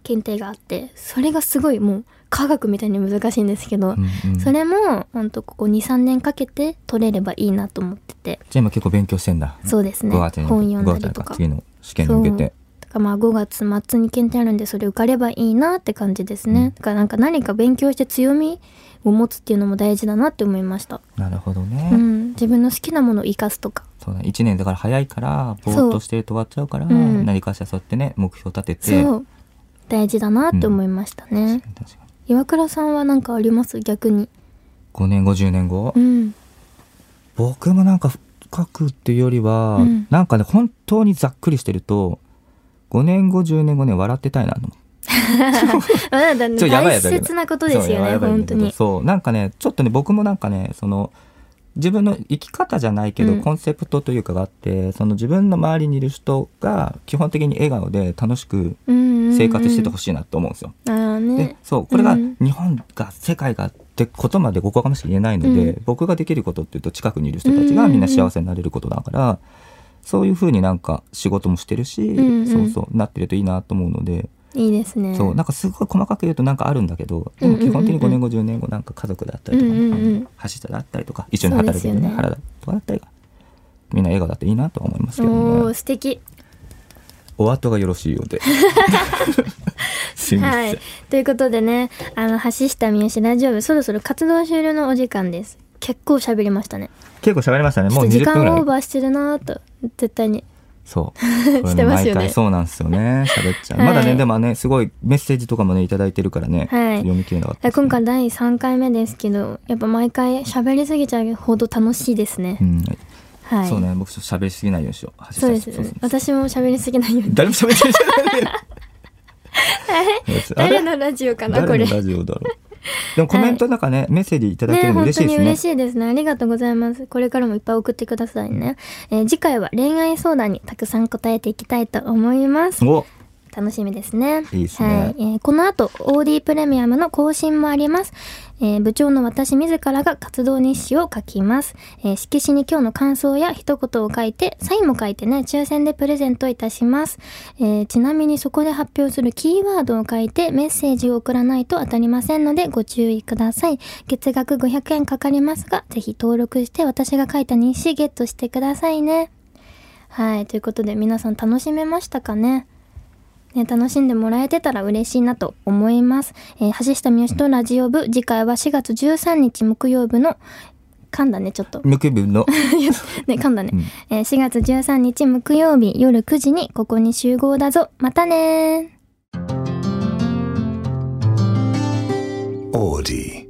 [SPEAKER 2] 検定があって、それがすごいもう科学みたいに難しいんですけ
[SPEAKER 3] う
[SPEAKER 2] ど、
[SPEAKER 3] んうん
[SPEAKER 2] それもほんとここ2、3年かけて取れればいいなと思ってて。
[SPEAKER 3] じゃあ今結構勉強してんだ。
[SPEAKER 2] そうですね。
[SPEAKER 3] 5月に
[SPEAKER 2] 本読んだ
[SPEAKER 3] 5
[SPEAKER 2] り
[SPEAKER 3] 月
[SPEAKER 2] と
[SPEAKER 3] か
[SPEAKER 2] か。
[SPEAKER 3] 次の試験に向けて。
[SPEAKER 2] とかまあ5月末に検定あるんでそれ受かればいいなって感じですね。だからなんか何か勉強して強みを持つっていうのも大事だなって思いました。
[SPEAKER 3] なるほどね。
[SPEAKER 2] うん。自分の好きなものを生かすとか。
[SPEAKER 3] そうだ1年だから早いからぼーっとしてると終わっちゃうから
[SPEAKER 2] そううん
[SPEAKER 3] 何かしらそうやってね目標立てて
[SPEAKER 2] そう。大事だなって思いましたね。
[SPEAKER 3] 確かに
[SPEAKER 2] 岩倉さんは何かあります逆に。
[SPEAKER 3] 5年後10年後、
[SPEAKER 2] うん。
[SPEAKER 3] 僕もなんか深くっていうよりは、
[SPEAKER 2] うん
[SPEAKER 3] なんかね本当にざっくりしてると5年後10年後ね笑ってたいなと思って
[SPEAKER 2] あだ
[SPEAKER 3] ちょやばい
[SPEAKER 2] 大
[SPEAKER 3] やつだけど
[SPEAKER 2] 切なことです
[SPEAKER 3] そうや
[SPEAKER 2] よ
[SPEAKER 3] ばい
[SPEAKER 2] ね、
[SPEAKER 3] やばい
[SPEAKER 2] 本当に。
[SPEAKER 3] そうなんかねちょっとね僕もなんかねその自分の生き方じゃないけど、
[SPEAKER 2] うん
[SPEAKER 3] コンセプトというかがあってその自分の周りにいる人が基本的に笑顔で楽しく生
[SPEAKER 2] 生
[SPEAKER 3] 活しててほ
[SPEAKER 2] しい。
[SPEAKER 3] しいなと思うんですよ。
[SPEAKER 2] ああ
[SPEAKER 3] で
[SPEAKER 2] ね。
[SPEAKER 3] そうこれが
[SPEAKER 2] うん
[SPEAKER 3] 日本が世界がってことまでごこがましく言えないので、
[SPEAKER 2] うん
[SPEAKER 3] 僕ができることっていうと近くにいる人たちがみんな幸せになれることだから、そういうふうになんか仕事もしてるし、
[SPEAKER 2] んうん
[SPEAKER 3] そうそうなってるといいなと思うので、
[SPEAKER 2] いいですね。
[SPEAKER 3] そうなんかすごい細かく言うとなんかあるんだけどでも基本的に5年後10年後なんか家族だったりとか、
[SPEAKER 2] うんうんうん
[SPEAKER 3] 走っただったりとか一緒に働いてる、
[SPEAKER 2] そうです
[SPEAKER 3] ね
[SPEAKER 2] よね
[SPEAKER 3] 原田とかだったりがみんな笑顔だっていいなとは思いますけ
[SPEAKER 2] お
[SPEAKER 3] ど
[SPEAKER 2] ー
[SPEAKER 3] ね
[SPEAKER 2] 素敵。
[SPEAKER 3] お後がよろしいよう で すいません、
[SPEAKER 2] はい。ということでね、あの、橋下三好ラジオ部、そろそろ活動終了のお時間です。結構喋りましたね。
[SPEAKER 3] 結構喋りましたね
[SPEAKER 2] ちょ
[SPEAKER 3] も
[SPEAKER 2] っ
[SPEAKER 3] う
[SPEAKER 2] と時
[SPEAKER 3] 20分ぐ
[SPEAKER 2] 間
[SPEAKER 3] らい
[SPEAKER 2] オーバーしてるなぁと、絶対に。
[SPEAKER 3] そう。これね
[SPEAKER 2] ます
[SPEAKER 3] 毎
[SPEAKER 2] よね
[SPEAKER 3] 回そうなんですよね。喋っちゃ う。
[SPEAKER 2] はい
[SPEAKER 3] まだね、でもね、すごいメッセージとかもね、いただいてるからね、
[SPEAKER 2] はい
[SPEAKER 3] 読み切れなかったですね、
[SPEAKER 2] 今回第3回目ですけど、やっぱ毎回喋りすぎちゃうほど楽しいですね
[SPEAKER 3] う。ん、
[SPEAKER 2] はい。
[SPEAKER 3] そうね、僕ちょっと喋りすぎないようにしよう。
[SPEAKER 2] そうです
[SPEAKER 3] 橋下さん
[SPEAKER 2] 私も喋りすぎないように。
[SPEAKER 3] 誰も喋ってないじゃん。あ
[SPEAKER 2] 誰
[SPEAKER 3] れ
[SPEAKER 2] のラジオかな、こ
[SPEAKER 3] 誰
[SPEAKER 2] れ。
[SPEAKER 3] のラジオだろう。でもコメントなんかね、メッセージいただけ
[SPEAKER 2] ね
[SPEAKER 3] るの
[SPEAKER 2] 本
[SPEAKER 3] 嬉し
[SPEAKER 2] 当
[SPEAKER 3] いで
[SPEAKER 2] に
[SPEAKER 3] すね。
[SPEAKER 2] 嬉しいですね。ありがとうございます。これからもいっぱい送ってくださいね。えー次回は恋愛相談にたくさん答えていきたいと思います。
[SPEAKER 3] お
[SPEAKER 2] 楽しみですね。
[SPEAKER 3] いいですね
[SPEAKER 2] はいえーこの後、OD プレミアムの更新もあります。えー部長の私自らが活動日誌を書きます。えー色紙に今日の感想や一言を書いて、サインも書いてね、抽選でプレゼントいたします。えーちなみにそこで発表するキーワードを書いて、メッセージを送らないと当たりませんので、ご注意ください。月額500円かかりますが、ぜひ登録して私が書いた日誌ゲットしてくださいね。はい。ということで、皆さん楽しめましたかねね、楽しんでもらえてたら嬉しいなと思います。えー橋下三好とラジオ部、次回は4月13日木曜日の、噛んだね、ちょっと。
[SPEAKER 3] 無区分の、
[SPEAKER 2] ね、噛んだね。
[SPEAKER 3] うん
[SPEAKER 2] えー4月13日木曜日夜9時にここに集合だぞ。またねー。
[SPEAKER 1] Audi.